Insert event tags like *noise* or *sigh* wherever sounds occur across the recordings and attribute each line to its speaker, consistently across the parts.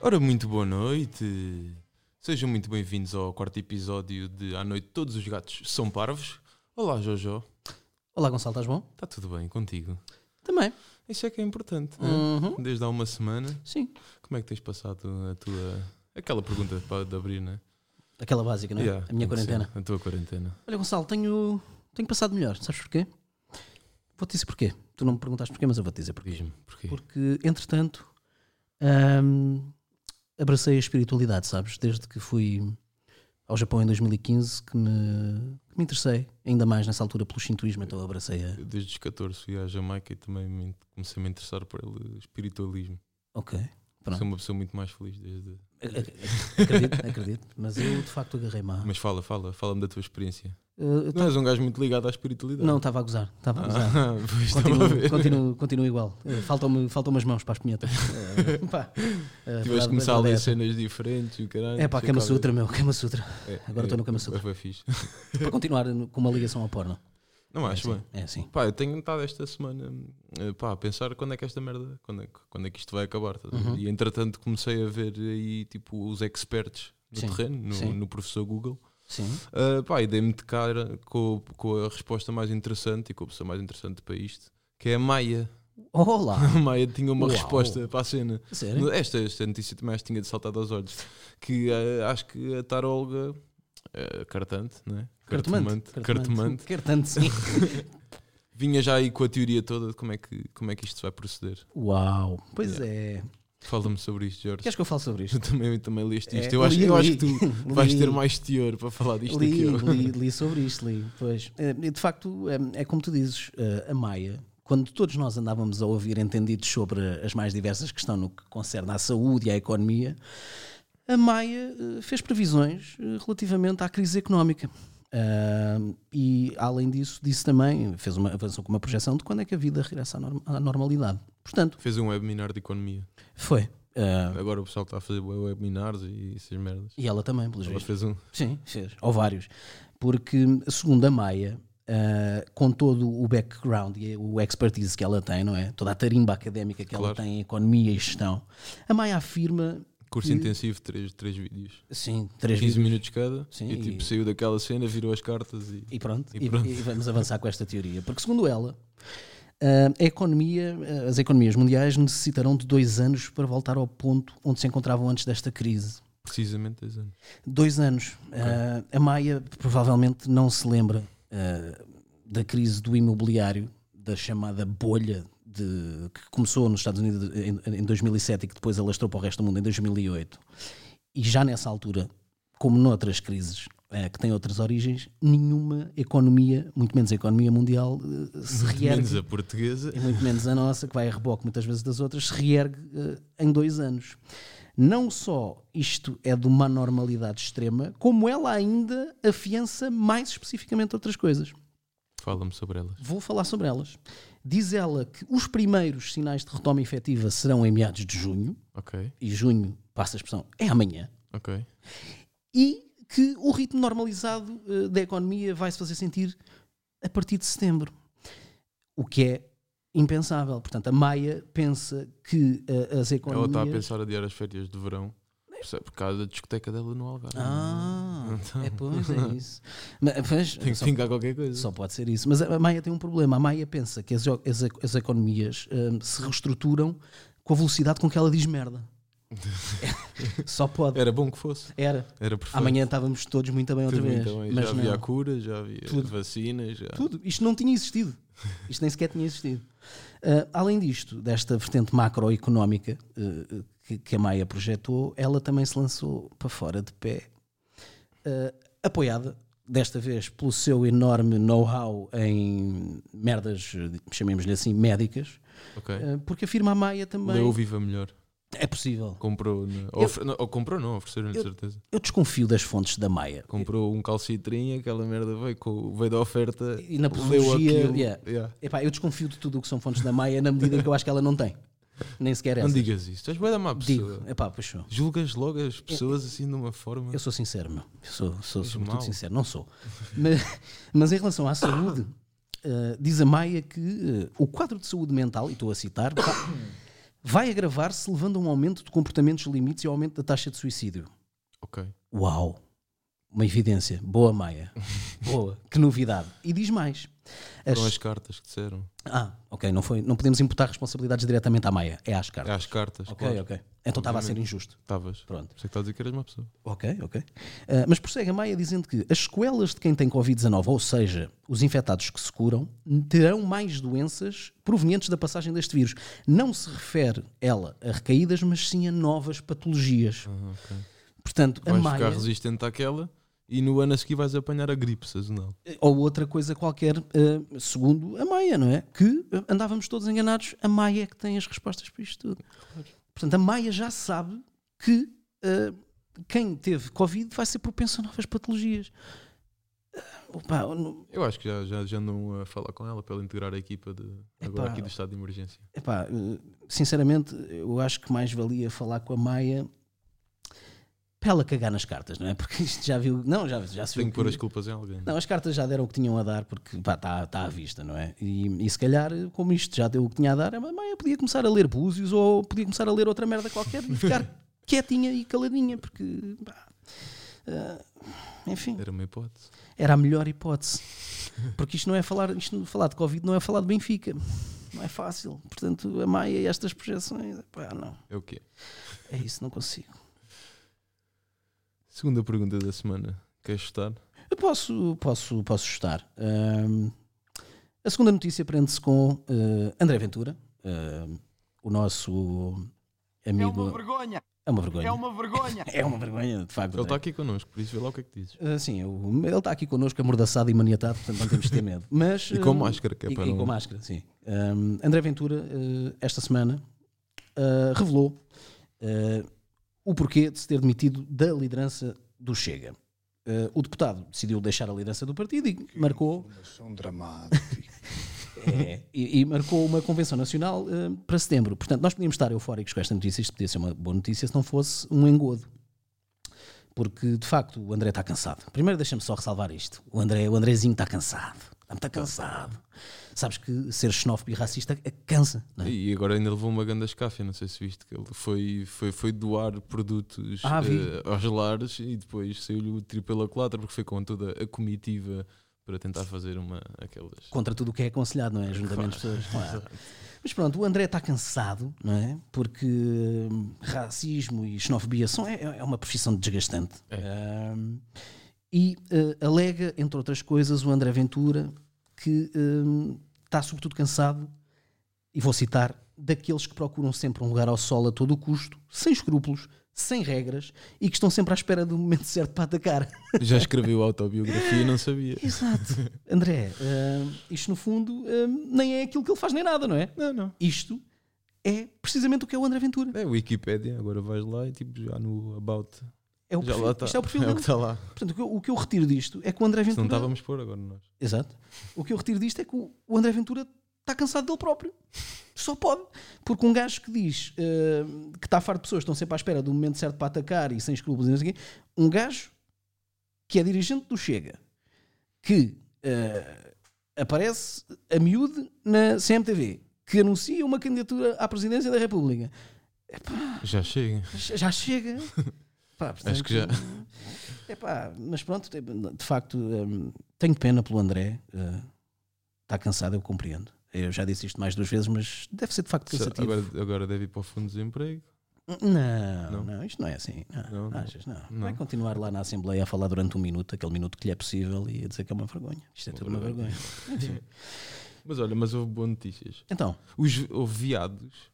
Speaker 1: Ora, muito boa noite. Sejam muito bem-vindos ao quarto episódio de À Noite Todos os Gatos São Parvos. Olá, Jojo.
Speaker 2: Olá Gonçalo, estás bom?
Speaker 1: Está tudo bem contigo?
Speaker 2: Também.
Speaker 1: Isso é que é importante. né?
Speaker 2: Uhum.
Speaker 1: Desde há uma semana,
Speaker 2: Sim.
Speaker 1: como é que tens passado a tua. Aquela pergunta para de abrir, né?
Speaker 2: Aquela básica, não é?
Speaker 1: Yeah,
Speaker 2: a minha
Speaker 1: tem que ser.
Speaker 2: quarentena.
Speaker 1: A tua quarentena.
Speaker 2: Olha Gonçalo, tenho, tenho passado melhor, sabes porquê? Vou-te dizer porquê. Tu não me perguntaste porquê, mas eu vou-te dizer porquê.
Speaker 1: Diz-me, porquê?
Speaker 2: Porque, entretanto, hum, abracei a espiritualidade, sabes? Desde que fui ao Japão em 2015, que me, que me interessei ainda mais nessa altura pelo shintoísmo, então abracei a.
Speaker 1: Eu Desde os 14 fui à Jamaica e também me- comecei a me interessar por ele, espiritualismo.
Speaker 2: Ok. Pronto.
Speaker 1: Sou uma pessoa muito mais feliz desde.
Speaker 2: Acredito, acredito. Mas eu, de facto, agarrei-me à.
Speaker 1: Mas fala, fala, fala-me da tua experiência.
Speaker 2: Eu- eu
Speaker 1: Não és um gajo muito ligado à espiritualidade.
Speaker 2: Não, estava a gozar, estava a gozar.
Speaker 1: Ah, *laughs* pois, estava a
Speaker 2: Continuo, *laughs*
Speaker 1: ver.
Speaker 2: continuo, continuo igual. Eh, Faltam-me faltam umas mãos para as
Speaker 1: *laughs*
Speaker 2: punhetas. Eh, pá. Eh,
Speaker 1: Tiveste
Speaker 2: verdade-
Speaker 1: de começar a ler
Speaker 2: verdade
Speaker 1: cenas diferentes e o caralho.
Speaker 2: É, é pá,
Speaker 1: sei
Speaker 2: Kama
Speaker 1: lá.
Speaker 2: Sutra, meu, Kama Sutra.
Speaker 1: É,
Speaker 2: Agora
Speaker 1: é,
Speaker 2: estou no Kama Sutra.
Speaker 1: Foi fixe.
Speaker 2: Para continuar no- com uma ligação ao porno.
Speaker 1: Não
Speaker 2: é,
Speaker 1: É. acho
Speaker 2: assim,
Speaker 1: bem.
Speaker 2: é assim.
Speaker 1: Pá, eu tenho estado esta semana eh, pá, a pensar quando é que esta merda, quando é, que- quando é que isto vai acabar. estás a ver?
Speaker 2: Uhum.
Speaker 1: E entretanto comecei a ver aí tipo os experts no
Speaker 2: Sim,
Speaker 1: terreno, no,
Speaker 2: sim.
Speaker 1: no professor Google.
Speaker 2: Sim.
Speaker 1: Ah, pá, e dei-me de cara com, o- com a resposta mais interessante e com a pessoa mais interessante para isto, que é a Maia. *laughs*
Speaker 2: Olá!
Speaker 1: A Maia tinha uma
Speaker 2: Uau.
Speaker 1: resposta para a cena.
Speaker 2: Sério?
Speaker 1: Esta, esta notícia também acho que tinha de saltar aos olhos. Que eh, acho que a Tarolga eh, cartante, não é?
Speaker 2: Cartomante.
Speaker 1: cartomante,
Speaker 2: Cartomante, sim.
Speaker 1: vinha já aí com a teoria toda de como é que, como é que isto vai proceder.
Speaker 2: Uau! Pois é.
Speaker 1: Fala-me sobre isto, Jorge. *laughs*
Speaker 2: Queres que eu fale sobre isto?
Speaker 1: Eu também, eu também leste isto.
Speaker 2: É,
Speaker 1: eu acho,
Speaker 2: li,
Speaker 1: eu acho
Speaker 2: li,
Speaker 1: que tu vais
Speaker 2: *laughs* li.
Speaker 1: ter mais teor para falar disto do que
Speaker 2: li,
Speaker 1: eu.
Speaker 2: li, li sobre isto, li. Pois. Eh, e De facto, eh, é como tu dizes, eh, a Maia, quando todos nós andávamos a ouvir entendidos sobre as mais diversas questões no que concerne à saúde e à economia, a Maia eh, fez previsões eh, relativamente à crise económica. Ah, e além disso, disse também, fez uma, avançou com uma projeção de quando é que a vida regressa à, norm- à normalidade. Portanto,
Speaker 1: *laughs* Fez um webinar de economia.
Speaker 2: foi. Ah,
Speaker 1: Agora o pessoal está a fazer bué webinars e essas merdas.
Speaker 2: e ela também, pelos
Speaker 1: Ela
Speaker 2: vistos.
Speaker 1: fez um.
Speaker 2: Sim, fez. Ou vários. Porque, segundo a Maia, ah, com todo o background e o expertise que ela tem, não é? Toda a tarimba académica que ela
Speaker 1: Claro.
Speaker 2: tem em economia e gestão, a Maia afirma,
Speaker 1: Curso intensivo de 3 três vídeos.
Speaker 2: sim, três
Speaker 1: 15
Speaker 2: vezes.
Speaker 1: minutos cada.
Speaker 2: Sim,
Speaker 1: e tipo,
Speaker 2: e-
Speaker 1: saiu daquela cena, virou as cartas e.
Speaker 2: E pronto,
Speaker 1: E
Speaker 2: e,
Speaker 1: pronto.
Speaker 2: e vamos avançar com esta teoria. Porque, segundo ela, ah, a economia, ah, as economias mundiais necessitarão de dois anos para voltar ao ponto onde se encontravam antes desta crise.
Speaker 1: Precisamente 10 anos.
Speaker 2: Dois anos. Ah, a Maia provavelmente não se lembra ah, da crise do imobiliário, da chamada bolha de, que começou nos Estados Unidos em, em 2007 e que depois alastrou para o resto do mundo em 2008. E já nessa altura, como noutras crises ah, que têm outras origens, nenhuma economia, muito menos a economia mundial, ah, se reergue
Speaker 1: Menos a portuguesa.
Speaker 2: e É muito menos a nossa, que vai a reboque muitas vezes das outras, se reergue eh, em dois anos. Não só isto é de uma normalidade extrema, como ela ainda afiança mais especificamente outras coisas.
Speaker 1: Fala-me sobre elas.
Speaker 2: Vou falar sobre elas. Diz ela que os primeiros sinais de retoma efetiva serão em meados de junho,
Speaker 1: Ok,
Speaker 2: e junho, passa a expressão, é amanhã,
Speaker 1: ok.
Speaker 2: e que o ritmo normalizado eh, da economia vai se fazer sentir a partir de setembro. O que é impensável. Portanto, a Maia pensa que eh, as
Speaker 1: Ela
Speaker 2: economias.
Speaker 1: está a pensar a adiar as férias de verão percebe, por causa da discoteca dela no Algarve.
Speaker 2: Ah,
Speaker 1: Então.
Speaker 2: é pois, é isso. Mas, pois,
Speaker 1: Tem que
Speaker 2: só,
Speaker 1: fincar qualquer coisa.
Speaker 2: só pode ser isso. Mas a Maia tem um problema. A Maia pensa que as, jo- as e- as economias eh, se reestruturam com a velocidade com que ela
Speaker 1: *laughs*
Speaker 2: diz merda. só pode.
Speaker 1: Era bom que fosse.
Speaker 2: Era.
Speaker 1: Era perfeito.
Speaker 2: Amanhã estávamos todos muito bem outra
Speaker 1: Tudo
Speaker 2: vez.
Speaker 1: muito bem. então é
Speaker 2: mas
Speaker 1: já havia
Speaker 2: não.
Speaker 1: a cura, já havia
Speaker 2: Tudo.
Speaker 1: vacinas. Já...
Speaker 2: Tudo. Isto não tinha existido. Isto nem sequer tinha existido. Ah, além disto, desta vertente macroeconómica eh, eh, que, que a Maia projetou, ela também se lançou para fora de pé, ah, apoiada, desta vez, pelo seu enorme know-how em merdas, eh, chamemos-lhe assim, médicas,
Speaker 1: Ok.
Speaker 2: ah, porque afirma a Maia também.
Speaker 1: Leu Viva Melhor.
Speaker 2: É possível.
Speaker 1: Comprou. né? Ofre- não, ou comprou, não, ofereceram-lhe de certeza.
Speaker 2: Eu desconfio das fontes da Maia.
Speaker 1: Comprou um calcitrim, aquela merda veio, com, veio da oferta.
Speaker 2: E na
Speaker 1: leu
Speaker 2: apologia.
Speaker 1: aquilo.
Speaker 2: yeah.
Speaker 1: yeah.
Speaker 2: Epá, eu desconfio de tudo o que são fontes da Maia na medida em que eu acho que ela não tem. Nem sequer essa.
Speaker 1: Não é digas isso. Tu és bué da má pessoa.
Speaker 2: Digo, epá, pois sou.
Speaker 1: Julgas logo as pessoas assim de uma forma.
Speaker 2: Eu sou sincero, meu. Eu sou, sou
Speaker 1: És
Speaker 2: sobretudo
Speaker 1: mau.
Speaker 2: sincero. Não sou. Mas, mas em relação à saúde, eh, diz a Maia que eh, o quadro de saúde mental, e estou a citar, pá, vai agravar-se levando a um aumento de comportamentos limites e ao aumento da taxa de suicídio.
Speaker 1: Ok.
Speaker 2: Uau! Uma evidência. Boa, Maia. Boa. Que novidade. E diz mais. As-
Speaker 1: Foram as cartas que disseram.
Speaker 2: Ah, ok. Não, foi... não podemos imputar responsabilidades diretamente à Maia. É às
Speaker 1: É
Speaker 2: cartas.
Speaker 1: as cartas,
Speaker 2: Ok,
Speaker 1: claro.
Speaker 2: ok. Então estava a ser injusto.
Speaker 1: Estavas. Por
Speaker 2: Pronto.
Speaker 1: isso é que estás a dizer que eras uma pessoa.
Speaker 2: Ok, ok. Ah, mas prossegue a Maia dizendo que as sequelas de quem tem Covid-19, ou seja, os infectados que se curam, terão mais doenças provenientes da passagem deste vírus. Não se refere ela a recaídas, mas sim a novas patologias. Portanto, a é?
Speaker 1: Vais
Speaker 2: Maia.
Speaker 1: ficar resistente àquela e no ano a seguir vais apanhar a gripe sazonal.
Speaker 2: ou outra coisa qualquer, eh, segundo a Maia, não é? Que eh, andávamos todos enganados, a Maia é que tem as respostas para isto tudo. Portanto, a Maia já sabe que eh, quem teve Covid vai ser propenso a novas patologias. Ah, Opa, não-
Speaker 1: Eu acho que já, já, já andam a falar com ela para ela integrar a equipa de, agora
Speaker 2: Epá.
Speaker 1: aqui do estado de emergência.
Speaker 2: epá, eh, sinceramente, eu acho que mais valia falar com a Maia para ela cagar nas cartas, não é? Porque isto já viu. Não, já, já se viu.
Speaker 1: Tenho que pôr
Speaker 2: que-
Speaker 1: as culpas em alguém.
Speaker 2: Não, as cartas já deram o que tinham a dar, porque está à vista, não é? E, e se calhar, como isto já deu o que tinha a dar, a mamãe podia começar a ler búzios ou podia começar a ler outra merda qualquer e ficar quietinha e caladinha, porque. pá, ah, enfim,
Speaker 1: Era uma hipótese.
Speaker 2: era a melhor hipótese. Porque isto não é falar, isto não- falar de Covid não é falar de Benfica. Não é fácil. Portanto, a Maia e estas projeções, pá, não.
Speaker 1: É o quê?
Speaker 2: É isso, não consigo.
Speaker 1: Segunda pergunta da semana. Queres chutar?
Speaker 2: Eu posso, posso, posso chutar. Ahm, a segunda notícia prende-se com eh, André Ventura, ahm, o nosso
Speaker 3: É uma
Speaker 2: amigo.
Speaker 3: vergonha,
Speaker 2: É uma vergonha.
Speaker 3: é uma vergonha.
Speaker 2: É uma vergonha, de facto.
Speaker 1: Ele está
Speaker 2: não é?
Speaker 1: aqui connosco, por isso vê lá o que é que dizes.
Speaker 2: Ah, sim, eu- ele está aqui connosco amordaçado e maniatado, portanto não temos de
Speaker 1: *laughs*
Speaker 2: ter medo. Mas,
Speaker 1: E com
Speaker 2: ah,
Speaker 1: máscara, que é
Speaker 2: e,
Speaker 1: para
Speaker 2: e
Speaker 1: não-
Speaker 2: com máscara, sim. Ahm, André Ventura, eh, esta semana, ah, revelou eh, o porquê de se ter demitido da liderança do Chega. Ah, o deputado decidiu deixar a liderança do partido e marcou
Speaker 4: São dramática.
Speaker 2: É, e, e marcou uma convenção nacional eh, para setembro. Portanto, nós podíamos estar eufóricos com esta notícia, isto podia ser uma boa notícia se não fosse um engodo. Porque, de facto, o André está cansado. Primeiro, deixa-me só ressalvar isto. O, André, o Andrezinho está cansado. Está muito cansado. Sabes que ser xenófobo e racista eh, cansa, não é?
Speaker 1: E agora ainda levou uma grande escáfia, não sei se viste, que ele foi, foi, foi doar produtos
Speaker 2: Ah, vi.
Speaker 1: eh, aos lares e depois saiu-lhe o triplo pela culatra porque foi com toda a comitiva para tentar fazer uma aquelas.
Speaker 2: Contra tudo o que é aconselhado, não é? Juntamente as pessoas. Claro. Mas pronto, o André está cansado, não é? Porque hum, racismo e xenofobia são, é, é uma profissão desgastante. Hum, e eh, alega, entre outras coisas, o André Ventura que hum, está sobretudo cansado, e vou citar, daqueles que procuram sempre um lugar ao sol a todo o custo, sem escrúpulos, sem regras e que estão sempre à espera do momento certo para atacar.
Speaker 1: Já escreveu a autobiografia e não sabia.
Speaker 2: Exato. *laughs* André, hum, isto no fundo hum, nem é aquilo que ele faz nem nada, não é?
Speaker 1: Não, não.
Speaker 2: Isto é precisamente o que é o André Ventura.
Speaker 1: É Wikipédia, agora vais lá e tipo já no About.
Speaker 2: É o
Speaker 1: já
Speaker 2: perfil,
Speaker 1: lá está.
Speaker 2: Isto é
Speaker 1: *laughs*
Speaker 2: o perfil
Speaker 1: o
Speaker 2: dele.
Speaker 1: que está lá.
Speaker 2: Portanto, o que, eu, o que eu retiro disto é que o André
Speaker 1: Se não
Speaker 2: Ventura.
Speaker 1: estávamos por agora nós.
Speaker 2: Exato. O que eu retiro disto é que o, o André Ventura está cansado dele próprio. Só pode. Porque um gajo que diz eh, que está farto de pessoas que estão sempre à espera do momento certo para atacar e sem escrúpulos e não sei o quê, um gajo que é dirigente do Chega, que eh, aparece a miúdo na CMTV, que anuncia uma candidatura à presidência da República.
Speaker 1: Já chega. *laughs*
Speaker 2: já chega. Pá,
Speaker 1: Acho que já.
Speaker 2: portanto, epá, mas pronto, de facto, hum, tenho pena pelo André. eh, Está cansado, eu compreendo. Eu já disse isto mais duas vezes, mas deve ser de facto
Speaker 1: Já-
Speaker 2: cansativo.
Speaker 1: é- Agora, agora deve ir para o fundo de desemprego.
Speaker 2: Não,
Speaker 1: Não?
Speaker 2: não, isto não é assim. Não,
Speaker 1: Não, não.
Speaker 2: achas? Não.
Speaker 1: Não.
Speaker 2: Vai continuar lá na Assembleia a falar durante um minuto, aquele minuto que lhe é possível, e a dizer que é uma vergonha. Isto é
Speaker 1: Uma
Speaker 2: tudo uma vergonha.
Speaker 1: vergonha. Mas olha, mas houve boas notícias.
Speaker 2: Então,
Speaker 1: Os, houve viados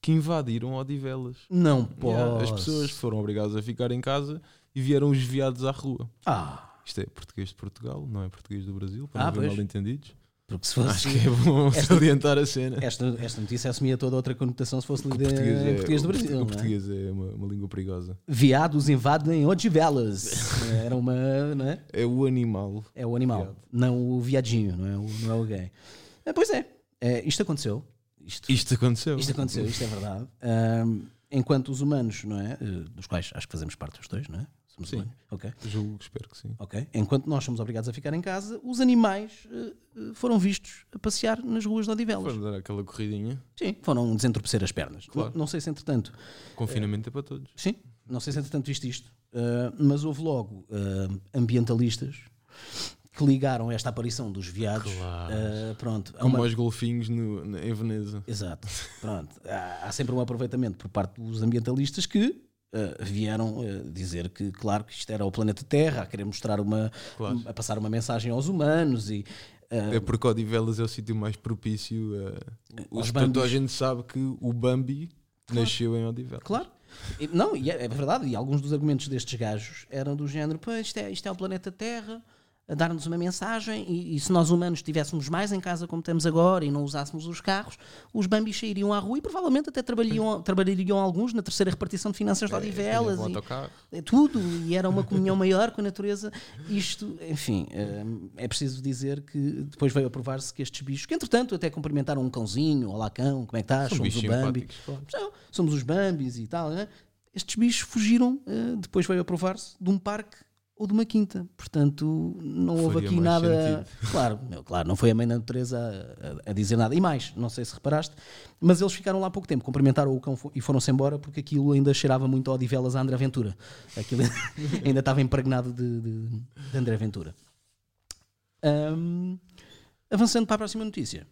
Speaker 1: que invadiram Odivelas.
Speaker 2: não pode.
Speaker 1: Yeah, as pessoas foram obrigadas a ficar em casa e vieram os viados à rua.
Speaker 2: Ah,
Speaker 1: Isto é português de Portugal, não é português do Brasil,
Speaker 2: Ah,
Speaker 1: para não haver
Speaker 2: pois.
Speaker 1: mal entendidos.
Speaker 2: porque se
Speaker 1: Acho
Speaker 2: fosse.
Speaker 1: que é bom *laughs*
Speaker 2: Esta- é
Speaker 1: salientar a cena.
Speaker 2: Esta, esta notícia assumia toda outra conotação se fosse
Speaker 1: Que o
Speaker 2: lida em português do
Speaker 1: o portu-
Speaker 2: Brasil.
Speaker 1: O
Speaker 2: não é?
Speaker 1: português é uma, uma língua perigosa.
Speaker 2: Viados invadem Odivelas. Era uma, não é?
Speaker 1: É o animal.
Speaker 2: É o animal,
Speaker 1: Viado.
Speaker 2: não o viadinho, não é o, não é o gay. Ah, Pois é, É, isto aconteceu. Isto,
Speaker 1: Isto aconteceu.
Speaker 2: isto aconteceu, isto é verdade. Ahm, enquanto os humanos, não é? Eh, Dos quais acho que fazemos parte os dois, não é? Somos
Speaker 1: Sim.
Speaker 2: humanos. Ok.
Speaker 1: Julgo, espero que sim.
Speaker 2: Ok? Enquanto nós somos obrigados a ficar em casa, os animais eh, eh, foram vistos a passear nas ruas de Odivelas.
Speaker 1: Vamos dar aquela corridinha.
Speaker 2: Sim, foram um desentorpecer as pernas.
Speaker 1: Claro.
Speaker 2: Não, não sei se entretanto,
Speaker 1: Confinamento é, para todos.
Speaker 2: sim, não sei se entretanto viste isto, eh, mas houve logo eh, ambientalistas que ligaram esta aparição dos veados
Speaker 1: Claro.
Speaker 2: eh, pronto, a
Speaker 1: Como
Speaker 2: uma...
Speaker 1: aos golfinhos no- na- em Veneza.
Speaker 2: Exato, pronto. Há, há sempre um aproveitamento por parte dos ambientalistas que eh, vieram eh, dizer que, claro, que isto era o planeta Terra, a querer mostrar uma...
Speaker 1: Claro.
Speaker 2: a passar uma mensagem aos humanos e... eh,
Speaker 1: É porque Odivelas é o sítio mais propício a.
Speaker 2: Aos
Speaker 1: Os, portanto, a
Speaker 2: Bambis.
Speaker 1: gente sabe que o Bambi nasceu em Odivelas.
Speaker 2: Claro. E- Não, e é, é verdade. E alguns dos argumentos destes gajos eram do género: pois isto é, isto é o planeta Terra a dar-nos uma mensagem. E, e se nós humanos estivéssemos mais em casa como estamos agora e não usássemos os carros, os bambis sairiam à rua e provavelmente até trabalhariam, trabalhariam alguns na terceira repartição de finanças de Odivelas.
Speaker 1: Um
Speaker 2: e-
Speaker 1: autocarro.
Speaker 2: é tudo e era uma comunhão maior com a natureza. Isto, enfim, eh, é preciso dizer que depois veio a provar-se que estes bichos, que entretanto até cumprimentaram um cãozinho, olá cão, como é que estás?
Speaker 1: São
Speaker 2: Somos o
Speaker 1: bichos
Speaker 2: Bambi.
Speaker 1: simpáticos, claro.
Speaker 2: São, somos os Bambis e tal. né? Estes bichos fugiram, eh, depois veio a provar-se, de um parque ou de uma quinta. Portanto, não houve
Speaker 1: Faria
Speaker 2: aqui
Speaker 1: mais
Speaker 2: nada. *laughs* Claro, meu, claro, não foi a mãe natureza a, a- a dizer nada. E mais, não sei se reparaste, mas eles ficaram lá há pouco tempo, cumprimentaram o cão fo- e foram-se embora porque aquilo ainda cheirava muito a Odivelas à André Ventura. Aquilo *laughs* ainda estava impregnado de, de, de André Ventura. Ahm, avançando para a próxima notícia,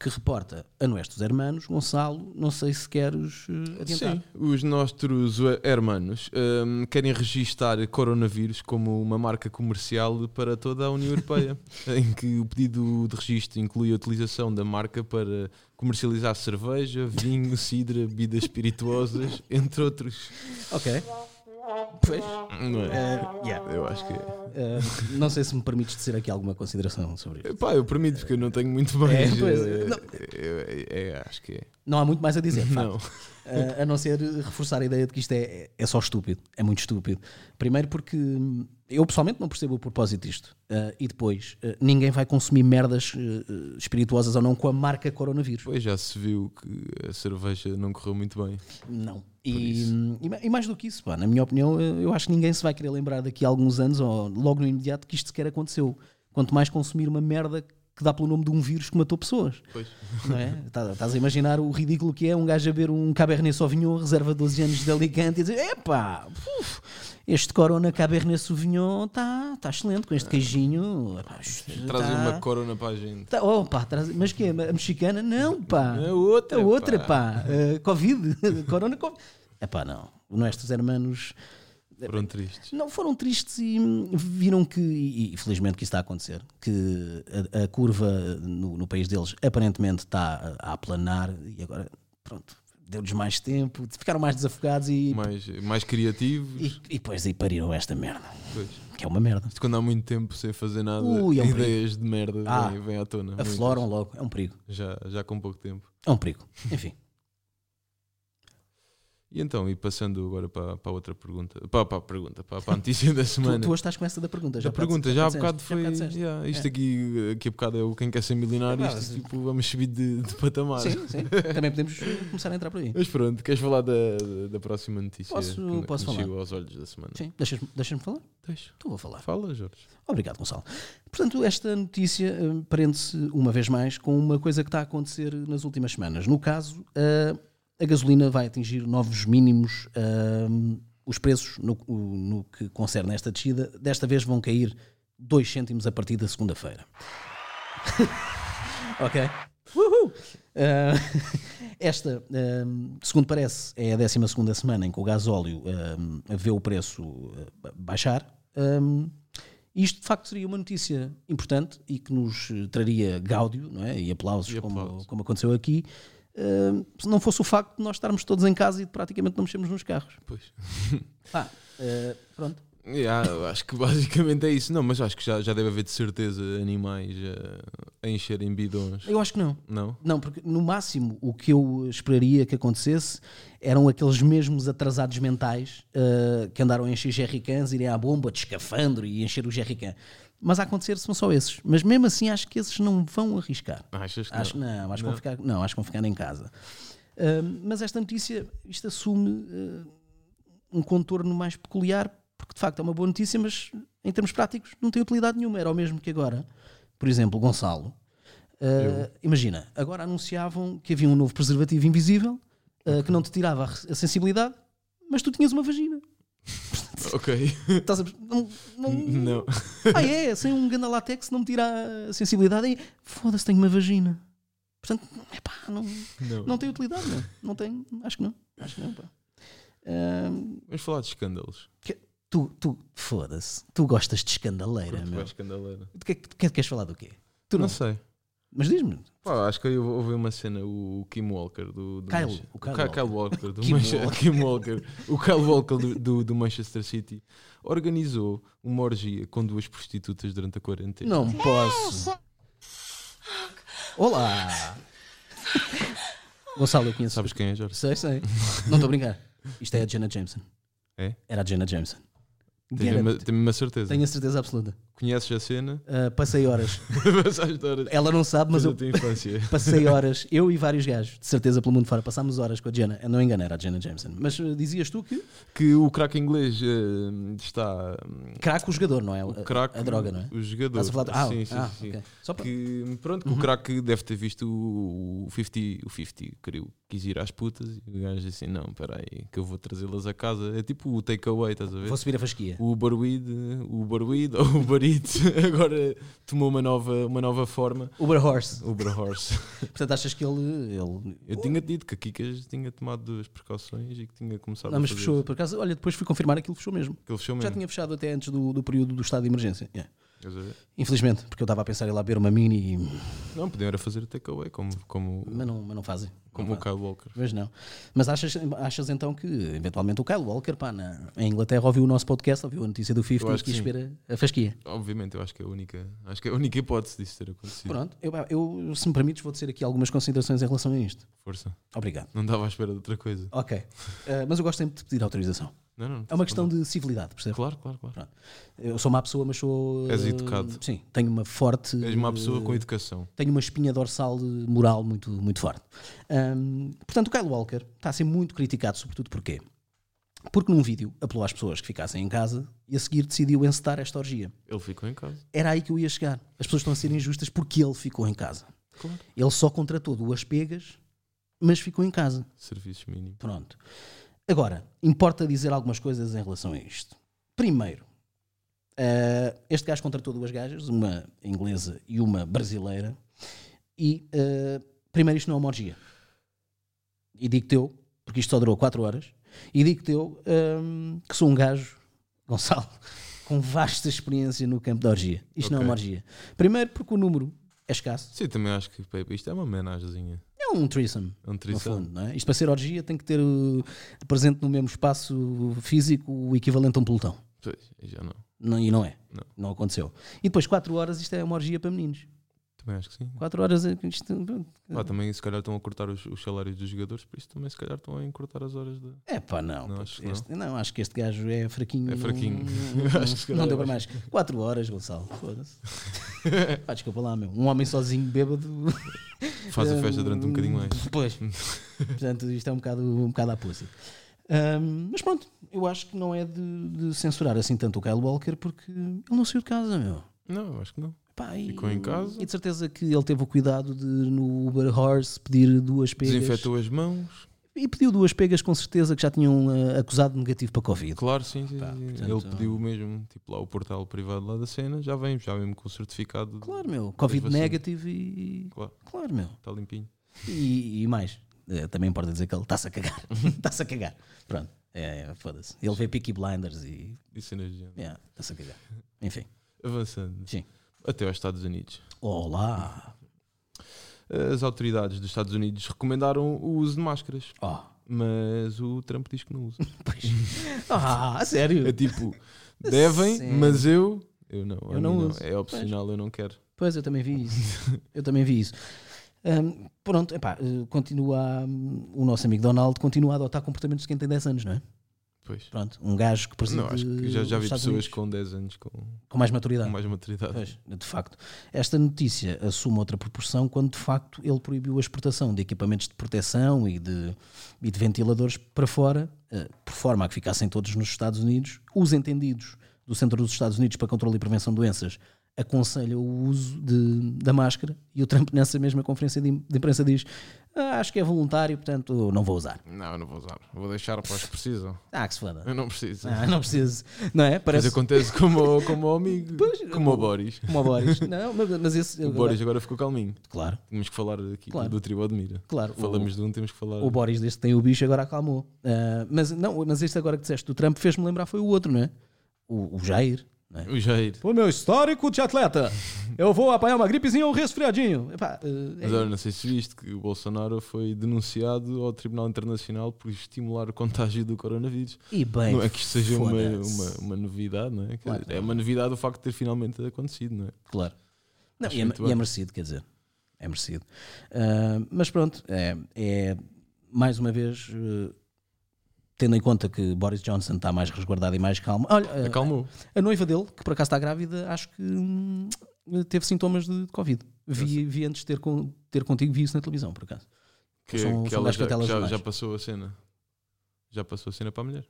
Speaker 2: que reporta a Nuestros Hermanos, Gonçalo, não sei se queres eh, adiantar.
Speaker 1: Sim, os nossos eh, hermanos hum, querem registar coronavírus como uma marca comercial para toda a
Speaker 2: *laughs*
Speaker 1: União Europeia, em que o pedido de registro inclui a utilização da marca para comercializar cerveja, vinho, cidra, bebidas
Speaker 2: *laughs*
Speaker 1: espirituosas, entre outros.
Speaker 2: Ok. Pois.
Speaker 1: Não é?
Speaker 2: Eh, yeah.
Speaker 1: Eu acho que é.
Speaker 2: Eh, não sei se me permites dizer aqui alguma consideração sobre isto.
Speaker 1: Pá, eu permito porque eu não tenho muito mais.
Speaker 2: É, pois,
Speaker 1: eh,
Speaker 2: não.
Speaker 1: eh, eh, eh, acho que é.
Speaker 2: Não há muito mais a dizer, de facto.
Speaker 1: Não.
Speaker 2: Uh, a não ser reforçar a ideia de que isto é, é só estúpido, é muito estúpido. Primeiro porque hum, eu pessoalmente não percebo o propósito disto. Uh, e depois, uh, ninguém vai consumir merdas uh, uh, espirituosas ou não com a marca coronavírus.
Speaker 1: Pois já se viu que a cerveja não correu muito bem.
Speaker 2: Não. E, hum, e ma- e mais do que isso, pá, na minha opinião, eh, eu eu acho que ninguém se vai querer lembrar daqui a alguns anos ou logo no imediato que isto sequer aconteceu. Quanto mais consumir uma merda que dá pelo nome de um vírus que matou pessoas.
Speaker 1: Pois.
Speaker 2: Não é?
Speaker 1: *laughs*
Speaker 2: Tá- Estás a imaginar o ridículo que é um gajo a ver um Cabernet Sauvignon, reserva 12 anos de Alicante e dizer: epá, uf, este Corona Cabernet Sauvignon está tá excelente com este queijinho. epá, isto
Speaker 1: É. Traz
Speaker 2: tá-
Speaker 1: uma corona para a gente.
Speaker 2: tá- oh, pá, traz- mas que é? A mexicana? Não, pá.
Speaker 1: A É outra,
Speaker 2: A outra, pá. Eh, Covid. *laughs* corona, Covid. Epá, não. Nuestros hermanos
Speaker 1: Foram tristes.
Speaker 2: não foram tristes e hum, viram que, e e felizmente que isso está a acontecer, que a, a curva no, no país deles aparentemente está a, a aplanar e agora, pronto, deu-lhes mais tempo, ficaram mais desafogados e,
Speaker 1: mais, mais criativos.
Speaker 2: e, e depois aí pariram esta merda,
Speaker 1: Pois.
Speaker 2: que é uma merda.
Speaker 1: Isto quando há muito tempo sem fazer nada,
Speaker 2: Ui, é um
Speaker 1: ideias de merda
Speaker 2: Ah,
Speaker 1: vêm, vêm à tona. muitas.
Speaker 2: Afloram logo, é um perigo,
Speaker 1: Já, já com pouco tempo.
Speaker 2: é um perigo. Enfim,
Speaker 1: E então, e passando agora para, para a outra pergunta, para, para a pergunta, para, para a notícia da *laughs*
Speaker 2: tu,
Speaker 1: semana.
Speaker 2: tu hoje estás com essa da pergunta, já
Speaker 1: a pergunta
Speaker 2: disseste,
Speaker 1: já há
Speaker 2: disseste,
Speaker 1: bocado
Speaker 2: já
Speaker 1: foi.
Speaker 2: disseste.
Speaker 1: yeah, isto aqui, aqui a bocado é o quem quer ser milionário,
Speaker 2: Ah,
Speaker 1: isto
Speaker 2: sim.
Speaker 1: tipo, vamos subir de, de patamar.
Speaker 2: Sim, sim, também podemos eh, começar a entrar por aí.
Speaker 1: Mas pronto, queres falar da, da próxima notícia
Speaker 2: Posso-
Speaker 1: que me- que
Speaker 2: posso
Speaker 1: me
Speaker 2: falar?
Speaker 1: chegou aos olhos da semana?
Speaker 2: Sim, deixas-me deixas-me falar?
Speaker 1: Deixa.
Speaker 2: Tu vou falar.
Speaker 1: Fala, Jorge.
Speaker 2: Obrigado, Gonçalo. Portanto, esta notícia eh, prende-se uma vez mais com uma coisa que está a acontecer nas últimas semanas. No caso, eh, a gasolina vai atingir novos mínimos. eh, Os preços, no, o- no que concerne esta descida, desta vez vão cair 2 cêntimos a partir da segunda-feira. ok? Uhul! Eh, *laughs* esta, eh, segundo parece, é a 12 semana em que o gasóleo eh, vê o preço eh, baixar. Eh, isto de facto seria uma notícia importante e que nos eh, traria gáudio não é? e aplausos,
Speaker 1: E
Speaker 2: como-
Speaker 1: aplausos.
Speaker 2: Como, aconteceu aqui, eh, se não fosse o facto de nós estarmos todos em casa e de praticamente não mexermos nos carros.
Speaker 1: Pois.
Speaker 2: Pá, eh, pronto.
Speaker 1: Yeah, eu acho que *laughs* basicamente é isso. Não, mas acho que já, já deve haver de certeza animais eh, a encherem bidons.
Speaker 2: Eu acho que não.
Speaker 1: Não?
Speaker 2: Não, porque no máximo o que eu esperaria que acontecesse eram aqueles mesmos atrasados mentais eh, que andaram a encher jerrycans, irem à bomba de escafandro e encher o jerrycan. Mas a acontecer são só esses. Mas mesmo assim acho que esses não vão arriscar.
Speaker 1: Achas que
Speaker 2: Acho,
Speaker 1: não?
Speaker 2: não, acho, Que vão ficar, não acho que vão ficar em casa. Ahm, mas esta notícia, isto assume eh, um contorno mais peculiar, porque de facto é uma boa notícia, mas em termos práticos não tem utilidade nenhuma. Era o mesmo que agora. Por exemplo, Gonçalo. Ah, imagina, agora anunciavam que havia um novo preservativo invisível ah, que não te tirava a re- a sensibilidade, mas tu tinhas uma vagina.
Speaker 1: Ok. *laughs*
Speaker 2: Estás a... perce- não, não-
Speaker 1: Não.
Speaker 2: Ah, é? Sem um ganda latex não me tira a sensibilidade. E... Foda-se, tenho uma vagina. Portanto, epá, não,
Speaker 1: Não.
Speaker 2: não tem utilidade, não. Não tem, acho que não. Acho que não, pá. Ahm,
Speaker 1: Vamos falar de escândalos.
Speaker 2: tu, tu, foda-se. Tu gostas de escandaleira,
Speaker 1: Curto
Speaker 2: É, meu.
Speaker 1: bué escandaleira.
Speaker 2: De que, de que queres falar do quê? Tu
Speaker 1: Não,
Speaker 2: não.
Speaker 1: sei.
Speaker 2: Mas diz-me.
Speaker 1: Pá, acho que eu ouvi uma cena, o Kim Walker do, do
Speaker 2: Kyle,
Speaker 1: Manche-
Speaker 2: o Kyle
Speaker 1: Ki-
Speaker 2: Walker.
Speaker 1: Walker, do
Speaker 2: Kim
Speaker 1: Manche-
Speaker 2: Walker.
Speaker 1: Kim Walker. O Kyle Walker do, do- do Manchester City organizou uma orgia com duas prostitutas durante a quarentena.
Speaker 2: Não posso. Olá. Gonçalo, eu conheço.
Speaker 1: Sabes quem é, Jorge?
Speaker 2: Sei, sei. Não estou a brincar. Isto é a Jenna Jameson.
Speaker 1: É?
Speaker 2: Era a Jenna Jameson.
Speaker 1: Tenho
Speaker 2: Get
Speaker 1: uma,
Speaker 2: it.
Speaker 1: tenho uma certeza.
Speaker 2: Tenho a certeza absoluta.
Speaker 1: Conheces a cena? *laughs*
Speaker 2: Uh, passei horas.
Speaker 1: Passaste horas.
Speaker 2: Ela não sabe,
Speaker 1: Mas
Speaker 2: mas eu
Speaker 1: a tua infância.
Speaker 2: passei horas. Eu e vários gajos, de certeza, pelo mundo fora, passámos horas com a Jenna. Eu não engano, era a Jenna Jameson. Mas uh, dizias tu que
Speaker 1: *laughs* que o craque inglês eh, está. hum,
Speaker 2: craque o jogador, não é? O
Speaker 1: Craque,
Speaker 2: a droga, não é?
Speaker 1: O jogador.
Speaker 2: Estás a falar do... Ah,
Speaker 1: sim,
Speaker 2: ah,
Speaker 1: sim, sim.
Speaker 2: ok. Uhum. Só para...
Speaker 1: Que, pronto, que o craque deve ter visto o, o 50, o 50 queriu, quis ir às putas e o gajo disse assim: Não, peraí, que eu vou trazê-las a casa. É tipo o takeaway, estás a ver?
Speaker 2: Vou subir a fasquia.
Speaker 1: O Barweed, o Barweed ou *laughs* o Barit agora tomou uma nova, uma nova forma.
Speaker 2: Uber Horse.
Speaker 1: Uber
Speaker 2: *laughs*
Speaker 1: Horse.
Speaker 2: Portanto, achas que ele... ele...
Speaker 1: Eu tinha dito que a Kikas tinha tomado duas precauções e que tinha começado
Speaker 2: Não, mas
Speaker 1: a fazer
Speaker 2: fechou,
Speaker 1: isso.
Speaker 2: por acaso, olha, depois fui confirmar aquilo fechou mesmo.
Speaker 1: Que ele fechou mesmo.
Speaker 2: Já tinha fechado até antes do, do período do estado de emergência. Yeah.
Speaker 1: Estás a ver?
Speaker 2: Infelizmente, porque eu estava a pensar em ir lá beber uma mini, e-
Speaker 1: Não, podiam era fazer takeaway, como, como,
Speaker 2: mas não, mas não fazem.
Speaker 1: como
Speaker 2: não
Speaker 1: o Kyle Walker.
Speaker 2: Mas não. Mas achas, achas então que, eventualmente, o Kyle Walker, pá, na, em Inglaterra, ouviu o nosso podcast, ouviu a notícia do FIFA
Speaker 1: Eu
Speaker 2: e
Speaker 1: acho que
Speaker 2: quis
Speaker 1: sim.
Speaker 2: ver a, a fasquia.
Speaker 1: Obviamente, eu acho que é a única, acho que é a única hipótese disso ter acontecido.
Speaker 2: Pronto, eu, eu, se me permites, vou dizer aqui algumas considerações em relação a isto.
Speaker 1: Força.
Speaker 2: Obrigado.
Speaker 1: Não estava à espera de outra coisa.
Speaker 2: Ok. Ah, mas eu gosto sempre de pedir autorização.
Speaker 1: Não, não.
Speaker 2: É uma É questão de civilidade, percebes?
Speaker 1: Claro, claro, claro.
Speaker 2: Pronto. Eu sou má pessoa, mas sou.
Speaker 1: És
Speaker 2: ah,
Speaker 1: educado.
Speaker 2: Sim, tenho uma forte.
Speaker 1: És uma pessoa com educação.
Speaker 2: tenho uma espinha dorsal eh, moral muito, muito forte. Ahm, portanto, o Kyle Walker está a ser muito criticado, sobretudo porquê? Porque num vídeo apelou às pessoas que ficassem em casa e a seguir decidiu encetar esta orgia.
Speaker 1: Ele ficou em casa.
Speaker 2: Era aí que eu ia chegar. As pessoas estão a ser injustas porque ele ficou em casa.
Speaker 1: Claro.
Speaker 2: Ele só contratou duas pegas, mas ficou em casa.
Speaker 1: Serviços mínimos.
Speaker 2: Pronto. Agora, importa dizer algumas coisas em relação a isto. Primeiro, eh, este gajo contratou duas gajas, uma inglesa e uma brasileira, e eh, primeiro isto não é uma orgia. E digo-te eu, porque isto só durou 4 horas, e digo-te eu ehm, que sou um gajo, *laughs* Gonçalo, com vasta experiência no campo da orgia. Isto não é uma
Speaker 1: Ok.
Speaker 2: orgia. Primeiro porque o número é escasso.
Speaker 1: Sim, também acho que pá, isto é uma homenagemzinha.
Speaker 2: É um threesome
Speaker 1: É um
Speaker 2: no
Speaker 1: trição.
Speaker 2: fundo, não é? Isto para ser orgia tem que ter uh, presente no mesmo espaço físico o equivalente a um pelotão.
Speaker 1: Pois, eu já não.
Speaker 2: Não, e não é.
Speaker 1: Não.
Speaker 2: aconteceu. E depois, 4 horas, isto é uma orgia para meninos.
Speaker 1: Também acho que sim.
Speaker 2: 4 horas, é- isto.
Speaker 1: Pá, também se calhar estão a cortar os, os salários dos jogadores, por isso também se calhar estão a encurtar as horas da.
Speaker 2: É pá,
Speaker 1: Não,
Speaker 2: não. puto,
Speaker 1: acho que
Speaker 2: este- não, acho que este gajo é fraquinho.
Speaker 1: É
Speaker 2: não-
Speaker 1: fraquinho. *laughs*
Speaker 2: não-
Speaker 1: Eu acho que se
Speaker 2: Não,
Speaker 1: calhar
Speaker 2: deu
Speaker 1: é
Speaker 2: para mais. 4 horas, Gonçalo.
Speaker 1: *laughs*
Speaker 2: Foda-se. Pá, desculpa lá, meu. Um homem sozinho bêbado.
Speaker 1: Faz a
Speaker 2: Eh,
Speaker 1: festa durante um bocadinho mais.
Speaker 2: *laughs*
Speaker 1: *laughs*
Speaker 2: Pois. Portanto, isto é um bocado, um bocado à pussy. Ahm, mas pronto, eu acho que não é de, de censurar assim tanto o Kyle Walker porque ele não saiu de casa, meu.
Speaker 1: Não, eu acho que não.
Speaker 2: Pá, e-
Speaker 1: Ficou em casa.
Speaker 2: E de certeza que ele teve o cuidado de, no Uber Horse, pedir duas pegas.
Speaker 1: Desinfetou as mãos.
Speaker 2: E pediu duas pegas com certeza que já tinham ah, acusado negativo para Covid.
Speaker 1: Claro, sim, sim,
Speaker 2: Pá,
Speaker 1: sim.
Speaker 2: Tá, portanto,
Speaker 1: Ele pediu mesmo, tipo lá o portal privado lá da cena, já vem, já vem com o certificado. de-
Speaker 2: Claro, meu. Covid
Speaker 1: vacina.
Speaker 2: negativo e.
Speaker 1: Claro,
Speaker 2: Claro, meu.
Speaker 1: está limpinho.
Speaker 2: E, e mais, eh, também importa dizer que ele está-se
Speaker 1: *laughs*
Speaker 2: a cagar. está-se a cagar. Pronto, é, foda-se. Ele vê Peaky Blinders e.
Speaker 1: E cenas de género.
Speaker 2: Yeah, está-se a cagar. é. Enfim.
Speaker 1: Avançando.
Speaker 2: Sim.
Speaker 1: Até aos Estados Unidos.
Speaker 2: Olá!
Speaker 1: As autoridades dos Estados Unidos recomendaram o uso de máscaras,
Speaker 2: Oh,
Speaker 1: mas o Trump diz que não usa.
Speaker 2: pois. *laughs* Ah, a
Speaker 1: É
Speaker 2: sério? *laughs*
Speaker 1: tipo, devem,
Speaker 2: Sério?
Speaker 1: mas eu. Eu não,
Speaker 2: Eu
Speaker 1: eu
Speaker 2: não
Speaker 1: não,
Speaker 2: uso.
Speaker 1: É opcional, eu não quero.
Speaker 2: Pois, eu também vi isso. Eu também vi isso. Hum, pronto, epá, eh, continua. hum, O nosso amigo Donald continua a adotar comportamentos de quem tem 10 anos, não é?
Speaker 1: Pois.
Speaker 2: Pronto, um gajo que preside
Speaker 1: Não, acho que já, já
Speaker 2: os
Speaker 1: vi
Speaker 2: Estados
Speaker 1: pessoas
Speaker 2: Unidos
Speaker 1: com 10 anos com,
Speaker 2: com mais
Speaker 1: com
Speaker 2: maturidade.
Speaker 1: mais maturidade.
Speaker 2: Pois, de facto. Esta notícia assume outra proporção quando, de facto, ele proibiu a exportação de equipamentos de proteção e de, e de ventiladores para fora, eh, por forma a que ficassem todos nos Estados Unidos. Os entendidos do Centro dos Estados Unidos para Controlo e Prevenção de Doenças aconselham o uso de- da máscara e o Trump, *laughs* nessa mesma conferência de, im- de imprensa, diz: "Ah, Acho que é voluntário, portanto, não vou usar.
Speaker 1: Não, eu não vou usar. Vou deixar para os que precisam.
Speaker 2: Ah, que se foda.
Speaker 1: Eu não preciso.
Speaker 2: Ah, não preciso. Não é?
Speaker 1: Mas
Speaker 2: Parece
Speaker 1: acontece como, como ao amigo,
Speaker 2: *laughs*
Speaker 1: como ao
Speaker 2: é
Speaker 1: Boris.
Speaker 2: como o Boris. Não, mas, mas esse.
Speaker 1: O Boris agora ficou calminho.
Speaker 2: Claro.
Speaker 1: Tínhamos que falar aqui
Speaker 2: Claro.
Speaker 1: do Tribo Admira.
Speaker 2: Claro,
Speaker 1: Falamos de um, temos que falar.
Speaker 2: O Boris, desde que tem o bicho, agora acalmou. Ah, mas, não, mas este agora que disseste do Trump fez-me lembrar foi o outro, não é? O, o Jair. Não é?
Speaker 1: O Jair.
Speaker 2: O meu histórico de atleta. Eu vou apanhar uma gripezinha ou um resfriadinho. Epá, eh,
Speaker 1: Mas olha, não sei se viste que o Bolsonaro foi denunciado ao Tribunal Internacional por estimular o contágio do coronavírus.
Speaker 2: E bem,
Speaker 1: não é que isto seja uma,
Speaker 2: foda-se.
Speaker 1: uma, uma novidade, não é? Quer
Speaker 2: Claro.
Speaker 1: dizer, É uma novidade o facto de ter finalmente acontecido, não é?
Speaker 2: Claro. Não,
Speaker 1: Acho
Speaker 2: e, é,
Speaker 1: muito
Speaker 2: e é
Speaker 1: bem.
Speaker 2: merecido, quer dizer. É merecido. Ah, mas pronto, é, é, mais uma vez, eh, tendo em conta que Boris Johnson está mais resguardado e mais calmo. Olha, eh,
Speaker 1: Acalmou.
Speaker 2: a noiva dele, que por acaso está grávida, acho que hum, teve sintomas de, de Covid. Vi, vi antes de ter, con- ter contigo, vi isso na televisão, por acaso.
Speaker 1: Que,
Speaker 2: são-
Speaker 1: que
Speaker 2: são
Speaker 1: ela
Speaker 2: das
Speaker 1: já,
Speaker 2: catelas
Speaker 1: já,
Speaker 2: demais.
Speaker 1: já passou a cena. Já passou a cena para a mulher.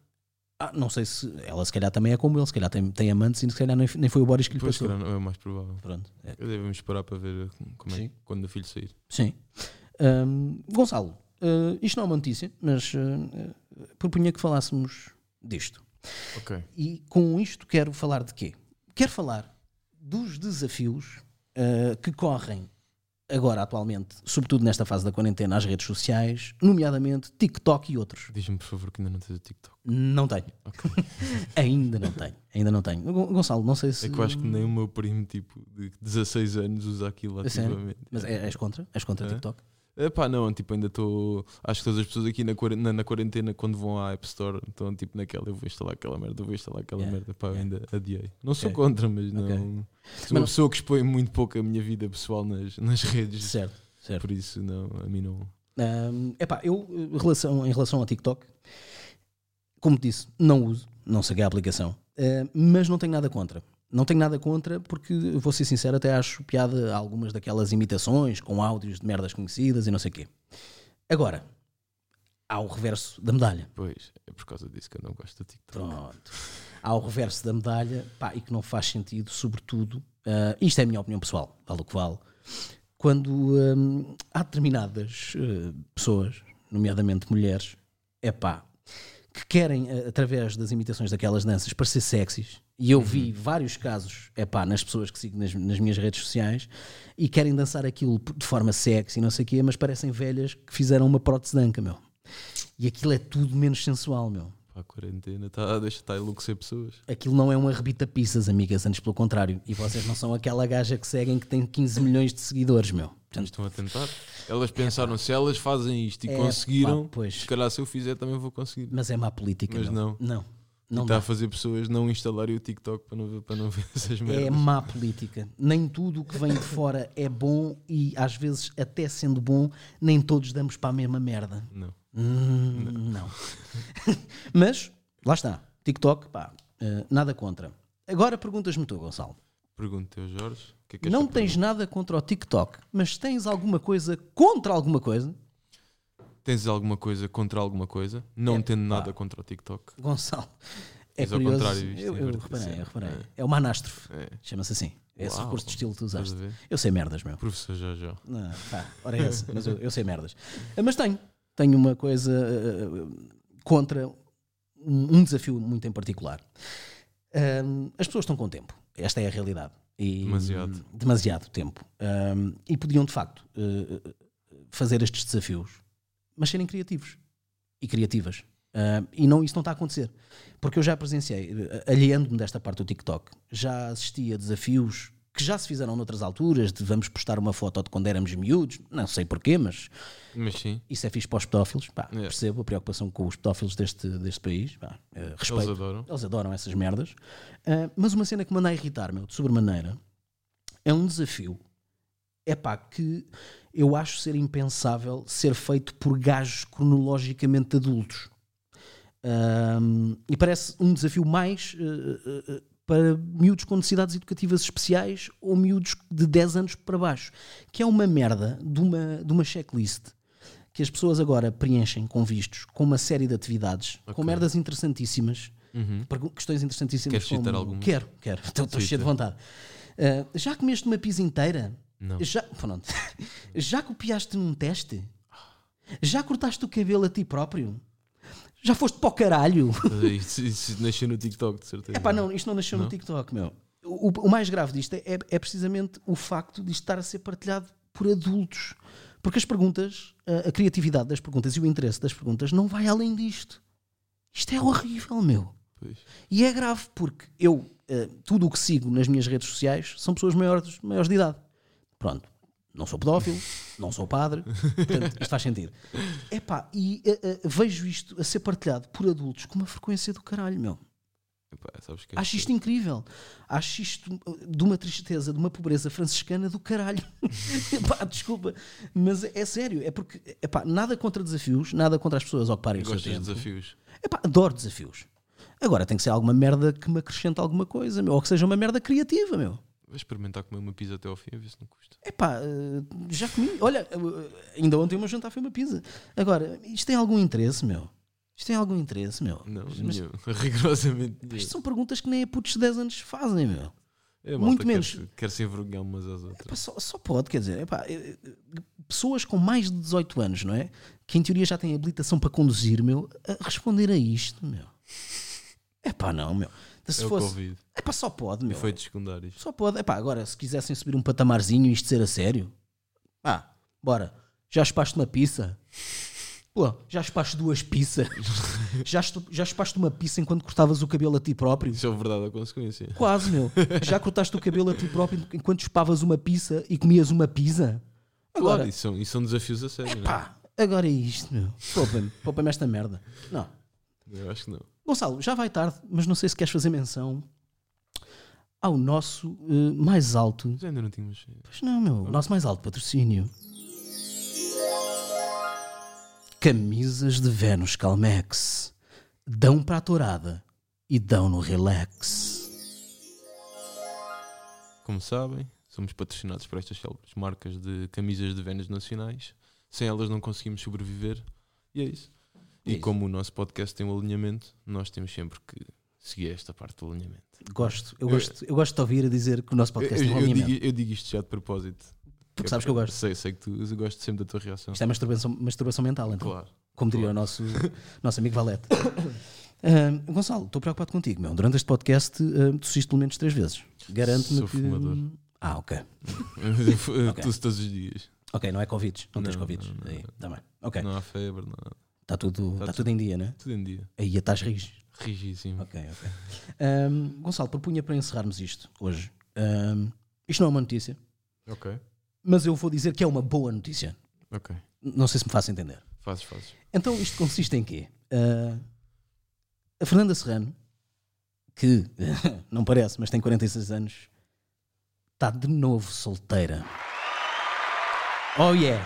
Speaker 2: Ah, não sei se ela se calhar também é como ele, se calhar tem, tem amantes e se calhar nem, nem foi o Boris que lhe
Speaker 1: Pois, se
Speaker 2: passou.
Speaker 1: calhar, não é o mais provável.
Speaker 2: Pronto. é.
Speaker 1: Eu devemos esperar para ver como é,
Speaker 2: Sim.
Speaker 1: quando o filho sair.
Speaker 2: Sim. Hum, Gonçalo, eh, isto não é uma notícia, mas eh, propunha que falássemos disto.
Speaker 1: Ok.
Speaker 2: E com isto quero falar de quê? Quero falar dos desafios eh, que correm agora atualmente, sobretudo nesta fase da quarentena, às redes sociais, nomeadamente TikTok e outros.
Speaker 1: Diz-me, por favor, que ainda não tens o TikTok.
Speaker 2: Não
Speaker 1: *laughs*
Speaker 2: tenho. ainda não tenho. Ainda não tenho. Gon- Gonçalo, não sei se.
Speaker 1: É que eu acho que nem o meu primo, tipo, de 16 anos usa aquilo
Speaker 2: A sério?
Speaker 1: ativamente.
Speaker 2: Mas é- és contra? És contra
Speaker 1: É?
Speaker 2: TikTok?
Speaker 1: Epá, não, tipo, ainda estou. Acho que todas as pessoas aqui na quarentena, na quarentena, quando vão à App Store, estão tipo naquela, eu vou instalar aquela merda, eu vou instalar aquela
Speaker 2: Yeah,
Speaker 1: merda, pá, eu
Speaker 2: yeah.
Speaker 1: ainda adiei. Não sou
Speaker 2: Ok.
Speaker 1: contra, mas não.
Speaker 2: Ok.
Speaker 1: Sou uma
Speaker 2: não-
Speaker 1: pessoa que expõe muito pouco a minha vida pessoal nas, nas redes,
Speaker 2: Certo, certo.
Speaker 1: por isso, não, a mim não.
Speaker 2: Hum, epá, eu em relação, em relação ao TikTok, como te disse, não uso, não sei que é a aplicação, hum, mas não tenho nada contra. Não tenho nada contra porque, vou ser sincero, até acho piada algumas daquelas imitações com áudios de merdas conhecidas e não sei o quê. Agora, há o reverso da medalha.
Speaker 1: Pois, é por causa disso que eu não gosto do TikTok.
Speaker 2: Pronto. Há o reverso da medalha pá, e que não faz sentido, sobretudo, ah, isto é a minha opinião pessoal, vale o que vale, quando hum, há determinadas eh, pessoas, nomeadamente mulheres, é pá, que querem, a- através das imitações daquelas danças, parecer sexys. E eu vi vários casos, é pá, nas pessoas que sigo nas, nas minhas redes sociais e querem dançar aquilo de forma sexy, não sei o quê, mas parecem velhas que fizeram uma prótese de anca, meu. E aquilo é tudo menos sensual, meu
Speaker 1: Pá, a quarentena tá, deixa estar tá, enlouquecer pessoas.
Speaker 2: aquilo não é um arrebita pizzas, amigas, antes pelo contrário. E vocês não são aquela gaja que seguem que tem 15 milhões de seguidores, meu. Portanto,
Speaker 1: Estão a tentar. Elas pensaram, se elas fazem isto e
Speaker 2: É,
Speaker 1: conseguiram,
Speaker 2: pá, pois.
Speaker 1: se calhar se eu fizer também vou conseguir.
Speaker 2: mas é má política,
Speaker 1: Mas
Speaker 2: meu.
Speaker 1: não. Então,
Speaker 2: Não.
Speaker 1: E
Speaker 2: Não
Speaker 1: está
Speaker 2: dá.
Speaker 1: a fazer pessoas não instalarem o TikTok para não ver, para não *laughs* ver essas merdas.
Speaker 2: É má política. Nem tudo o que vem de fora é bom e às vezes, até sendo bom, nem todos damos para a mesma merda.
Speaker 1: Não.
Speaker 2: Hum, não. *laughs* mas, lá está. TikTok, pá, eh, nada contra. Agora perguntas-me tu, Gonçalo.
Speaker 1: Pergunto-te ao Jorge. o Que é que
Speaker 2: Não
Speaker 1: esta
Speaker 2: tens nada contra o TikTok, mas tens alguma coisa contra alguma coisa?
Speaker 1: pergunta- Tens alguma coisa contra alguma coisa? Não
Speaker 2: É,
Speaker 1: tendo
Speaker 2: pá.
Speaker 1: nada contra o TikTok.
Speaker 2: Gonçalo. É
Speaker 1: Mas ao
Speaker 2: curioso.
Speaker 1: contrário, isto
Speaker 2: eu, eu
Speaker 1: inverte-se,
Speaker 2: reparei,
Speaker 1: é.
Speaker 2: eu reparei. É, uma anástrofe.
Speaker 1: É.
Speaker 2: Chama-se assim. É esse
Speaker 1: Uau,
Speaker 2: recurso de estilo que tu
Speaker 1: Estás
Speaker 2: usaste.
Speaker 1: a ver?
Speaker 2: Eu sei merdas, meu.
Speaker 1: Professor Jorge. ó.
Speaker 2: Não, pá, ora é essa, mas eu, eu sei merdas. Ah, Mas tenho. Tenho uma coisa ah, ah, contra um, um desafio muito em particular. Ahm, as pessoas estão com tempo. Esta é a realidade. E,
Speaker 1: Demasiado.
Speaker 2: hum, demasiado tempo. Ahm, e podiam, de facto, ah, ah, fazer estes desafios, mas serem criativos e criativas. Ah, e não, isso não está a acontecer. Porque eu já presenciei, eh, alheando-me desta parte do TikTok, já assisti a desafios que já se fizeram noutras alturas, de vamos postar uma foto de quando éramos miúdos, não sei porquê, mas
Speaker 1: Mas sim,
Speaker 2: isso é fixe para os pedófilos. Pá,
Speaker 1: Yeah.
Speaker 2: Percebo a preocupação com os pedófilos deste, deste país. Pá, eh, respeito.
Speaker 1: eles adoram.
Speaker 2: Eles adoram essas merdas. Ah, mas uma cena que me anda a irritar, meu, de sobremaneira, é um desafio. É pá, que eu acho ser impensável ser feito por gajos cronologicamente adultos. Um, e parece um desafio mais uh, uh, uh, para miúdos com necessidades educativas especiais ou miúdos de 10 anos para baixo, que é uma merda de uma, de uma checklist que as pessoas agora preenchem com vistos, com uma série de atividades, com
Speaker 1: Ok. Uhum.
Speaker 2: merdas interessantíssimas, pergu- questões interessantíssimas.
Speaker 1: Queres citar alguma?
Speaker 2: Quero, quero, estou estou cheio de vontade. Uh, já comeste uma pizza inteira?
Speaker 1: Não.
Speaker 2: Já, pronto. *laughs* já copiaste num teste? Já cortaste o cabelo a ti próprio? Já foste para o caralho?
Speaker 1: é Isso, isso nasceu no TikTok, de certeza.
Speaker 2: É pá, não, isto não nasceu no TikTok, meu. O, o mais grave disto é, é- é precisamente o facto de isto estar a ser partilhado por adultos. Porque as perguntas, a, a criatividade das perguntas e o interesse das perguntas não vai além disto. Isto é horrível, meu.
Speaker 1: Pois.
Speaker 2: E é grave porque eu, eh, tudo o que sigo nas minhas redes sociais são pessoas maiores, maiores de idade. Pronto, não sou pedófilo, não sou padre, portanto, isto faz sentido. Epá, e eh, eh, vejo isto a ser partilhado por adultos com uma frequência do caralho, meu.
Speaker 1: Epá, sabes que é
Speaker 2: Acho isto incrível. Acho isto uh, de uma tristeza, de uma pobreza franciscana do
Speaker 1: *laughs*
Speaker 2: caralho. Epá, desculpa, mas é, é sério. É porque, epá, nada contra desafios, nada contra as pessoas ocuparem o seu
Speaker 1: Gostas de
Speaker 2: tempo.
Speaker 1: desafios?
Speaker 2: Epá, adoro desafios. Agora tem que ser alguma merda que me acrescente alguma coisa, meu, ou que seja uma merda criativa, meu.
Speaker 1: Vou experimentar comer uma pizza até ao fim, a ver se não custa.
Speaker 2: Epá, uh, já comi. Olha, uh, ainda ontem o meu jantar foi uma pizza. Agora, isto tem algum interesse, meu? Isto tem algum interesse, meu?
Speaker 1: Não,
Speaker 2: Mas-
Speaker 1: nenhum. *laughs* rigorosamente nenhum.
Speaker 2: Isto são perguntas que nem a putos de 10 anos fazem, meu.
Speaker 1: É, a malta
Speaker 2: muito
Speaker 1: quer
Speaker 2: menos.
Speaker 1: se- Quer se envergonhar umas às outras.
Speaker 2: Pá, só, só pode, quer dizer, epá, eh, eh, pessoas com mais de 18 anos, não é? Que em teoria já têm habilitação para conduzir, meu, a responder a isto, meu. É pá, não, meu. Se
Speaker 1: é o
Speaker 2: fosse.
Speaker 1: Covid.
Speaker 2: É pá, só pode, meu.
Speaker 1: Efeitos secundários.
Speaker 2: Só pode. É pá, agora, se quisessem subir um patamarzinho e isto ser a sério, pá, bora. Já chupaste uma pizza? Pô, já chupaste
Speaker 1: *laughs*
Speaker 2: duas pizzas? já, chup- já chupaste uma pizza enquande cortavas o cabelo a ti próprio?
Speaker 1: Isso é verdade a consequência.
Speaker 2: Quase, meu. Já cortaste o cabelo a ti próprio enquanto chupavas uma pizza e comias uma pizza? Agora,
Speaker 1: Claro, isso são, isso são desafios a sério, não é?
Speaker 2: pá, agora é isto, meu. Poupa-me, poupa-me esta merda. Não.
Speaker 1: Eu acho que não.
Speaker 2: Gonçalo, já vai tarde, mas não sei se queres fazer menção ao nosso eh, mais alto.
Speaker 1: Mas ainda não tínhamos.
Speaker 2: Pois não, meu. O nosso mais alto patrocínio. Camisas de Vênus Calmex. Dão para a tourada e dão no relax.
Speaker 1: Como sabem, somos patrocinados por estas célebres marcas de camisas de vendas nacionais. Sem elas não conseguimos sobreviver. E é isso.
Speaker 2: É
Speaker 1: e
Speaker 2: isso.
Speaker 1: como o nosso podcast tem um alinhamento, nós temos sempre que seguir esta parte do alinhamento.
Speaker 2: Gosto, eu gosto, eu gosto de ouvir a dizer que o nosso podcast
Speaker 1: É. eu,
Speaker 2: é um
Speaker 1: eu
Speaker 2: alinhamento.
Speaker 1: digo, eu digo isto já de propósito.
Speaker 2: Porque sabes que eu gosto.
Speaker 1: Sei, sei que tu eu gosto sempre da tua reação.
Speaker 2: Isto é masturbação, masturbação mental, então.
Speaker 1: Claro. *laughs*
Speaker 2: Como diria o nosso, *laughs* nosso amigo Valete. Ahm, Gonçalo, estou preocupado contigo, meu. Durante este podcast, ahm, tossiste pelo menos três vezes. Garanto-me
Speaker 1: Sou
Speaker 2: que.
Speaker 1: fumador.
Speaker 2: Ah, ok.
Speaker 1: Eu Tuço todos os dias.
Speaker 2: Ok, não é Covid. Não, tens
Speaker 1: Não,
Speaker 2: Covid.
Speaker 1: não, não,
Speaker 2: Aí, tá bem. Ok.
Speaker 1: Não há febre, não há.
Speaker 2: Está tudo, tá tudo em dia, né?
Speaker 1: Tudo em dia.
Speaker 2: Aí estás rijo.
Speaker 1: Rigíssimo.
Speaker 2: Ok, ok. Ahm, Gonçalo, propunha para encerrarmos isto hoje. Ahm, isto não é uma notícia,
Speaker 1: Ah, Ok.
Speaker 2: mas eu vou dizer que é uma boa notícia.
Speaker 1: Ok.
Speaker 2: Não sei se me faço entender.
Speaker 1: Fazes, fazes.
Speaker 2: Então isto consiste em quê? Ah, a Fernanda Serrano, que *laughs* não parece, mas tem 46 anos, está de novo solteira. Oh yeah!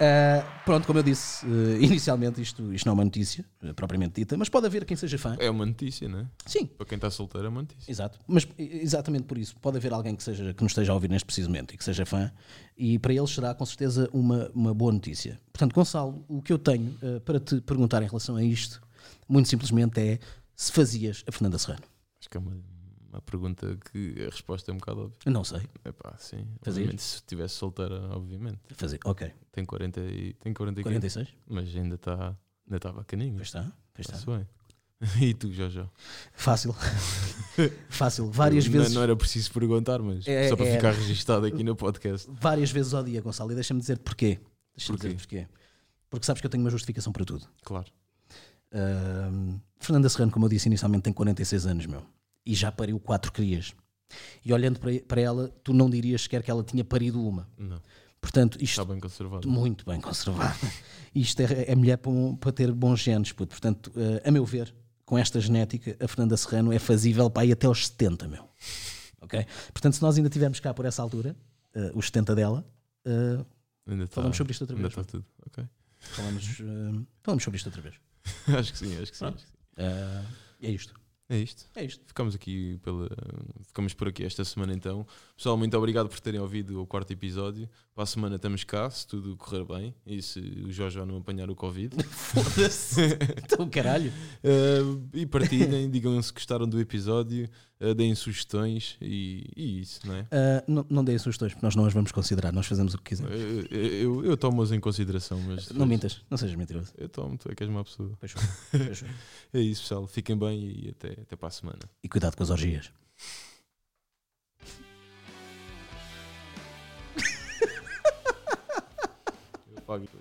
Speaker 2: Ah, pronto, como eu disse eh, inicialmente, isto, isto não é uma notícia eh, propriamente dita, mas pode haver quem seja fã.
Speaker 1: É uma notícia, né?
Speaker 2: Sim,
Speaker 1: Para quem está solteiro, é uma notícia.
Speaker 2: Exato, mas e- exatamente por isso. Pode haver alguém que, seja, que nos esteja a ouvir neste preciso momento e que seja fã, e para eles será com certeza uma, uma boa notícia. Portanto, Gonçalo, o que eu tenho eh, para te perguntar em relação a isto, muito simplesmente é se fazias a Fernanda Serrano.
Speaker 1: Acho que é uma, uma pergunta que a resposta é um bocado óbvia.
Speaker 2: Eu não sei.
Speaker 1: Epá, sim.
Speaker 2: Fazias?
Speaker 1: Obviamente, se estivesse solteira, obviamente.
Speaker 2: Fazer, ok.
Speaker 1: Tem 40 e. Tem 40 e quê?
Speaker 2: 46?
Speaker 1: Mas ainda está. Ainda está bacaninho.
Speaker 2: Pois tá. está, pois está.
Speaker 1: Está-se bem. *laughs* E tu, Jojo?
Speaker 2: Fácil. Fácil. Várias
Speaker 1: não,
Speaker 2: vezes.
Speaker 1: Não é- era preciso perguntar, mas
Speaker 2: É,
Speaker 1: só para
Speaker 2: é.
Speaker 1: ficar registado aqui no podcast.
Speaker 2: Várias vezes ao dia, Gonçalo, e deixa-me dizer porquê. Deixa-me
Speaker 1: Porquê?
Speaker 2: dizer porquê. Porque sabes que eu tenho uma justificação para tudo.
Speaker 1: Claro.
Speaker 2: Ahm, Fernanda Serrano, como eu disse inicialmente, tem 46 anos, meu, e já pariu quatro crias. E olhando para- para ela, tu não dirias sequer que ela tinha parido uma.
Speaker 1: Não.
Speaker 2: Portanto, isto
Speaker 1: Está bem conservado.
Speaker 2: muito bem conservada. Isto é, é mulher para, um- para ter bons genes, puto. Portanto, eh, a meu ver, com esta genética, a Fernanda Serrano é fazível para ir até aos 70, meu. Ok? Portanto, se nós ainda estivermos cá por essa altura, eh, os 70 dela, eh,
Speaker 1: Ainda está.
Speaker 2: falamos sobre isto outra
Speaker 1: Tá. Ainda
Speaker 2: vez. é?
Speaker 1: está tudo. Ok. *laughs*
Speaker 2: Falamos, eh, falamos sobre isto outra vez.
Speaker 1: acho que sim, acho que sim.
Speaker 2: Pronto.
Speaker 1: acho que sim.
Speaker 2: Ah, é isto.
Speaker 1: É isto.
Speaker 2: É isto.
Speaker 1: Ficamos aqui pela. Ficamos por aqui esta semana então. Pessoal, muito obrigado por terem ouvido o quarto episódio. Para a semana estamos cá, se tudo correr bem e se o Jorge não apanhar o Covid.
Speaker 2: Foda-se. *laughs* Então, caralho.
Speaker 1: Uh, e partilhem, digam se gostaram do episódio, uh, deem sugestões e, e isso, não é?
Speaker 2: Ah, não, não deem sugestões, porque nós não as vamos considerar. Nós fazemos o que quisermos.
Speaker 1: Eu, eu, eu tomo-as em consideração, mas.
Speaker 2: Não mintas. Não sejas mentiroso.
Speaker 1: Eu tomo, tu é que és uma pessoa.
Speaker 2: Pois foi, pois foi.
Speaker 1: É isso, pessoal. Fiquem bem e até, até para a semana.
Speaker 2: E cuidado com as orgias.
Speaker 1: Eu apago.